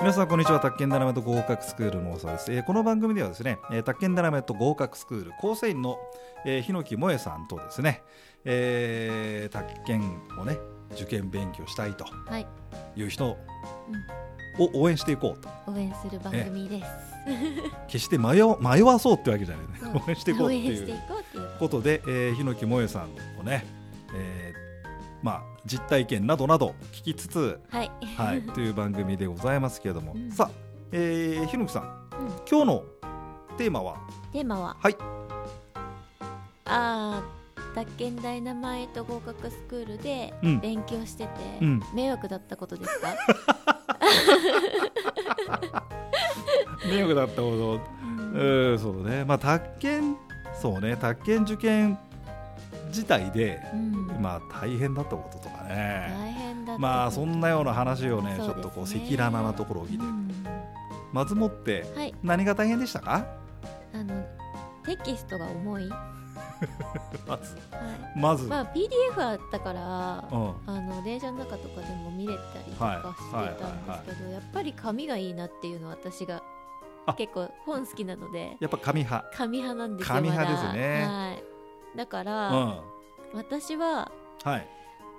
皆さんこんにちは宅建ダラメット合格スクールの大沢です、えーこの番組ではですね、えー宅建ダラメット合格スクール構成員の、えー、日野木萌さんとですね、えー宅建をね受験勉強したいとはい、いう人を応援していこうと応援する番組です。決して迷わ迷わそうってわけじゃないねそう応援していこうって応援しいていうこうっていう。ことで、えー、日野木萌さんをね、えーまあ実体験などなど聞きつつはい。はい、という番組でございますけれども、うんさあ、えー、ひろきさん、うん今日のテーマは、 テーマは。はい。ああ、宅建ダイナマイト合格スクールでうん勉強してて、うん迷惑だったことで すか？迷惑だったこうんと、うん、そうね、まあ、宅建、そうね、宅建受験自体で、うんまあ、大変だったこととかね、大変だった。まあ、そんなような話をね、そうちょですっねとこう赤裸々なところを聞いて、うんまずもって、はい、何が大変でしたかあのテキストが重い。はまず、い。まず、まあ PDF あったから。うん、はあの電車の中とかでも見れたりとかしてたんですけど、やっぱり紙がいいなっていうのは私があ結構本好きなのでやっぱ紙派。紙派なんですよ紙派まだですねはい、だかうら、ん、私ははい、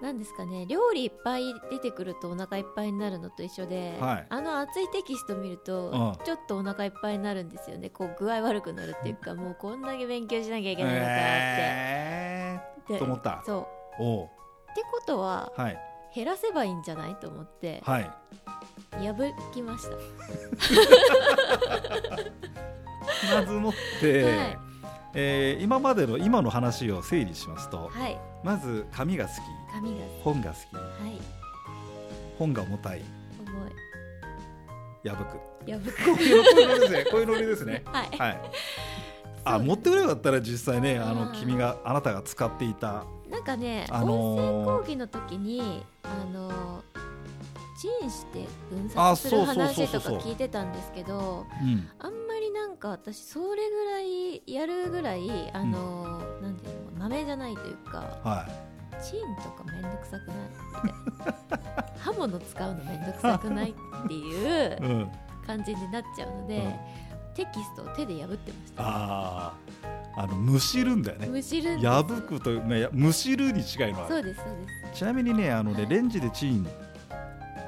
何ですかね料理いっぱい出てくるとお腹いっぱいになるのと一緒で、はいあの熱いテキスト見ると、うちょっとお腹いっぱいになるんですよねこう具合悪くなるっていうかもうこんだけ勉強しなきゃいけないのかってえでー、と思った。そうおうってことははい、減らせばいいんじゃないと思ってはい。破きましたまずもって、はいえー今までの今の話を整理しますと、はいまず紙が好き紙が本が好きはい本が重たい重い破 く破くこういうノリ ですねこういうノリですねはいはいあ持ってくればだったら実際ねあのあー君があなたが使っていたなんかね、あのー音声講義の時にあのーチンして分あ散すそうるそうそう話そうとそかう聞いてたんですけどうんあんまりなんか私それぐらいやるぐらいあのー、なんていうの豆じゃないというかはチンとかめんどくさくないみたい な刃物使うのめんどくさくないっていい、う、うん感じになっちゃうので、うんテキストを手で破ってましたあーあのむしるんだよねむしるんですよ破くというねむしるに近いのはそうですそうですちなみにねあのね、はいレンジでチン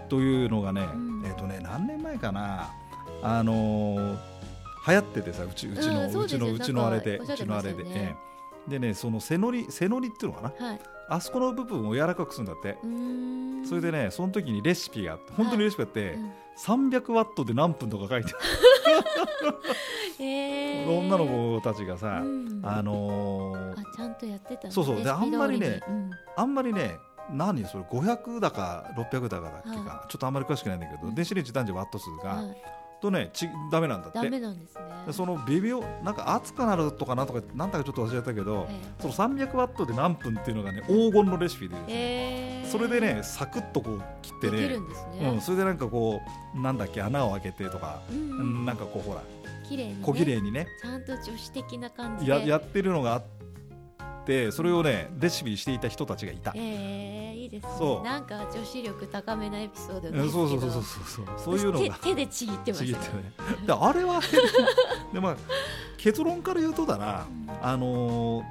というのがね、んえっ、とね何年前かなあのー流行っててさうちうちの、ううんそうですちよのうちのなあんかれでおっうしゃっちてのまあしれたよで、ねええでねその背のり背のりっていうのかなはい。あそこの部分を柔らかくするんだってうーんそれで、ねその時にレシピがあって本当にレシピがあって、うん300ワットで何分とか書いてある、えー、女の子たちがさ、うんあのーあちゃんとやってたんだねそうそうでレシピ通あんまりねにうんあんまりね何それ500だか600だかだっけか、はちょっとあんまり詳しくないんだけど、うん電子レンジ男女ワット数が、はい、とねちダメなんだっダメてなんですねその微妙なんか熱くなるとかなんとかなんだかちょっと忘れちゃったけど、その300ワットで何分っていうのがね黄金のレシピでですね、えー、それでねサクッとこう切ってできねるんですうん、ね、それでなんかこうなんだっけ穴を開けてとか、うんううんん、なんかこうほら綺麗に、ね、小綺麗にねちゃんと女子的な感じでややってるのがあってそれをねレシピにしていた人たちがいた、えー、いいですねそうなんか女子力高めなエピソードうんそうそうそうそううそうそういうのが手手でちぎってまちぎしったてねね であれはで、まあ、結論から言うとだな、うんあのー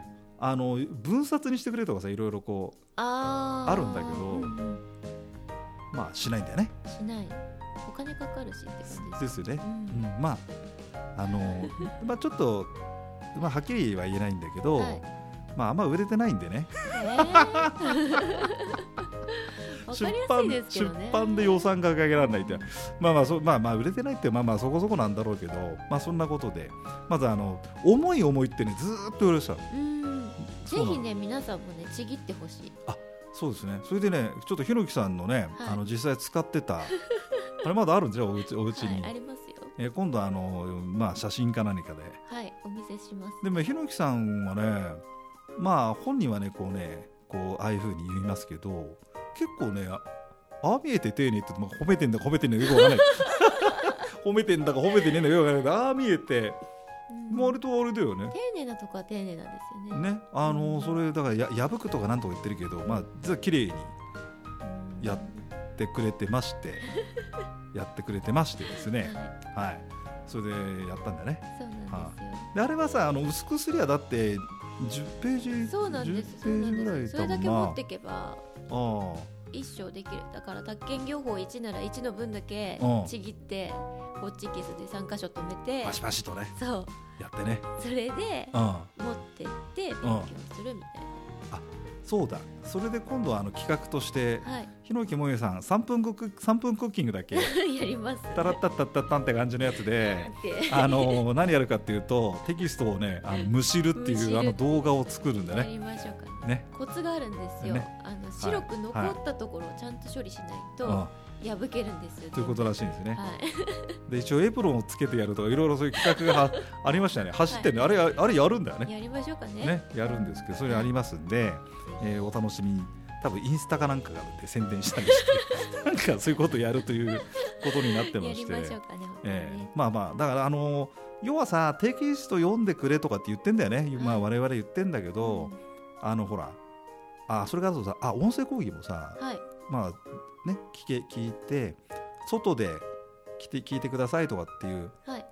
あの分冊にしてくれとかさいろいろこあーあるんだけどうんうんうまあしないんだよねしないお金かかるしって感じですですよねう、んうん、まああのー まあちょっと、まあ、はっきりは言えないんだけど、 はいまああんま売れてないんでねえーわかり出やすいですけどね。版で予算がかけられないってまあまあそうまあまあ売れてないってまあまあそこそこなんだろうけどまあそんなことでまずあの重い重いってねずーっと言われてたのうん。ぜそうなひのね皆さんもねちぎってほしい。そうですねそれでねちょっとひろきさんのね、はいあの実際使ってたあれまだあるんですよおうちおうちはいに、ありますよ。えー今度あの、まあ、写真か何かではいお見せします。でもひろきさんはねまあ本人はねこうねこうああいうふうに言いますけど結構ねあああ見えて丁寧って言って、まあ、褒めてんだか褒めてんだかよくわかんない 褒めてんだか褒めてねえんだかよくわかんないけどああ見えてうん割とあれだよね丁寧なとこは丁寧なんですよね。ねあのそれだからや破くとかなんとか言ってるけどまあ実は綺麗にうんやっってくれてましてやってくれてましてですね、ははい、それでやったんだねい、そうなんですよ。であれはさあの薄くすりゃだって10ページそうなんです。 10そペうーなジんぐらいです。それだけもん持なっていけばあ一生できる。だから宅建業法1なら1の分だけうんちぎってホッチキスで3箇所止めあてパ、シパシとねそう、やってね、それでうん、持ってって勉強するみたいそうだそれで今度はあの企画としてな。は日野木萌さん3分クック3分クッキングだけ い、やります。タラッタッタッタッタンって感じのやつで。であの何やるかっていうとテキストをねあのむしるってむしいうるあの動画を作るんだやねりましょうか。ね、コツがあるんですよ。ねあの白く残ったところをちゃんと処理しないとうん、破けるんですよ。ということらしいんですね、はい。で一応エプロンをつけてやるとかいろいろそういう企画がはありましたよね走ってるの、あれあれやるんだよねやりましょうかね。ね、やるんですけどそれありますんで、えーお楽しみに多分インスタかなんかで宣伝したりしてな んかそういうことやるということになってまやしりてましょうかね。本当にえねえまあまあだからあの要はさテキスト読んでくれとかって言ってんだよね、まあ、我々言ってんだけど、あのほらあそれからそうさあ音声講義もさうんはい。まあね聞け聞いて外で来て聞いてくださいとかっていうはい。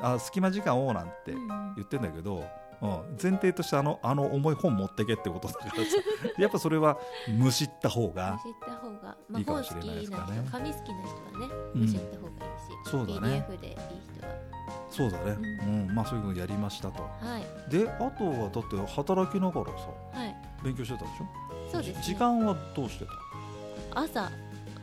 あ隙間時間をなんてうんうん言ってんだけど、うん、前提としてあのあの重い本持ってけってことだから さやっぱそれはむしった方が知った方が、いまあ、いかも本好しきれなないです人、からね紙好きな人はねうん、知った方がいいし、そうだね PDF でいい人そうだね、ううんまあそういうことやりましたとは。はい。であとはだって働きながらさはい。勉強してたでしょそうです、ね。時間はどうしてた、朝。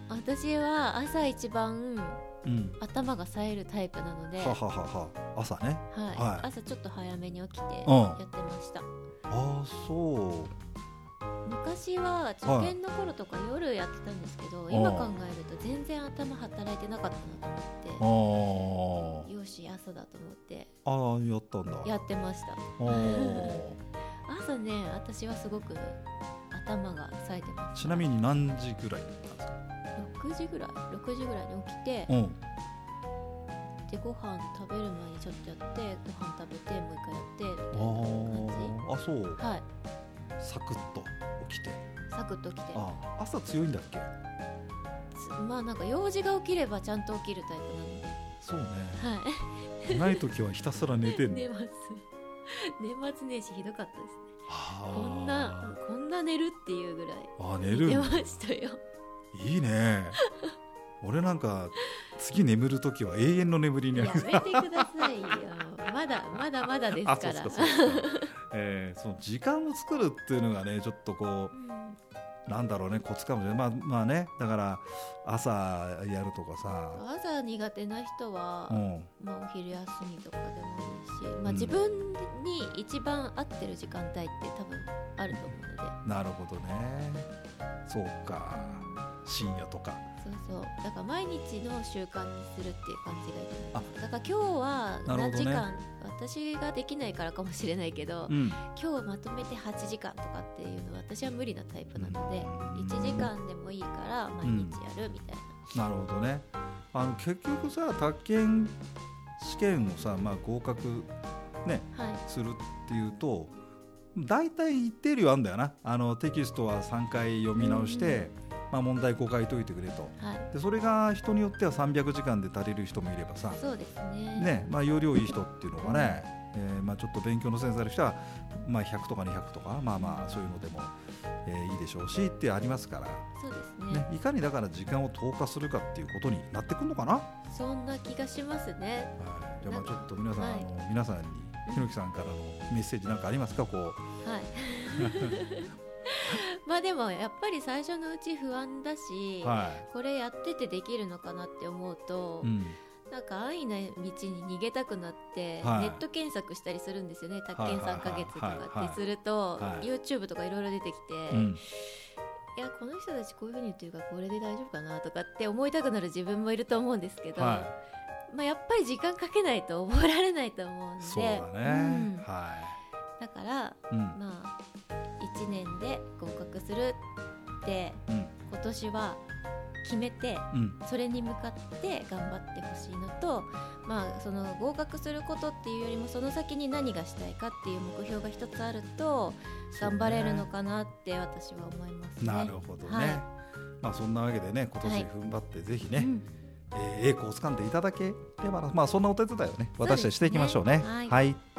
私は朝一番うん、頭が冴えるタイプなので、ははははは朝ねいはい朝ちょっと早めに起きてうんやってました、ああそう昔は受験の頃とか夜やってたんですけど、い今考えると全然頭働いてなかったなと思あってよし朝だと思ってあああやったんだやってましたあー朝ね私はすごく頭が冴えてますちなみに何時ぐらいだったんですか、 6時ぐらい6時ぐらいに起きてうん、でご飯食べる前にちょっとやってご飯食べてもう一回やってみたいなあーあそう感じはいサクッと起きてサクッと起きてあ朝強いんだっけつまあなんか用事が起きればちゃんと起きるタイプそうねなのではない時はひたすら寝てい んの寝ます年末年始ひどかったですねはあこんなこんな寝るっていうぐらいあ寝るん寝だましたよいい ね俺なんか次眠る時は永遠の眠りにやあめ るてくださいよまだまだまだですあかそうっらすかそうっすかえーその時間を作るっていうのがねちょっとこうんうなんだろうねコツかもしれないまあまあねだから朝やるとかさ朝苦手な人は、うんまあ、お昼休みとかでもいいし、まうあ、ん自分に一番合ってる時間帯って多分あると思うので、なるほどねそうか深夜とかそうそうだから毎日の習慣にするっていう感じがいいと思いますだから今日なはるほ何ど時ね間、私ができないからかもしれないけど、うん今日まとめて8時間とかっていうのは私は無理なタイプなので、うん1時間でもいいから毎日やるみたいな、なるほどねあの結局さ宅建試験をさ、まあ、合格はいするっていうと大体一定量あるんだよなあのテキストは3回読み直して、まあ、問題5回解いてくれとはいでそれが人によっては300時間で足りる人もいればさ、そうですねねまあ、容量いい人っていうのがね、えーまあ、ちょっと勉強のセンスある人は、まあ、100とか200とかまあまあそういうのでも、えーいいでしょうしってありますから、そうですねね、いかにだから時間を投下するかっていうことになってくるのかな。そんな気がしますねはい、じゃあまあなんかちょっと皆さん、はいあの皆さんにうんひのきさんからのメッセージなんかありますかこうはい まあでもやっぱり最初のうち不安だし、はこれやっててできるのかなって思うと、い、うん、なんか安易な道に逃げたくなって、はいネット検索したりするんですよね宅建はいはい3ヶ月とはいかはいってすると、はい YouTube とかいろいろ出てきうて、ん、いやこの人たちこういうふうに言ってるからこれで大丈夫かなとかって思いたくなる自分もいると思うんですけど、はまあ、やっぱり時間かけないと覚えられないと思うんい、でそうだね、うんはだからい、うん、まあ1年で合格するってうん、今年は決めてうんそれに向かって頑張ってほしいのと、まあ、その合格することっていうよりもその先に何がしたいかっていう目標が一つあると頑張れるのかなって私は思いますね。なるほどね、はいまあそんなわけでね今は年い踏ん張ってぜひうね、んえー栄光を掴んでいただければなまあそんなお手伝いをね私たちしていきましょうねそうですねはいはい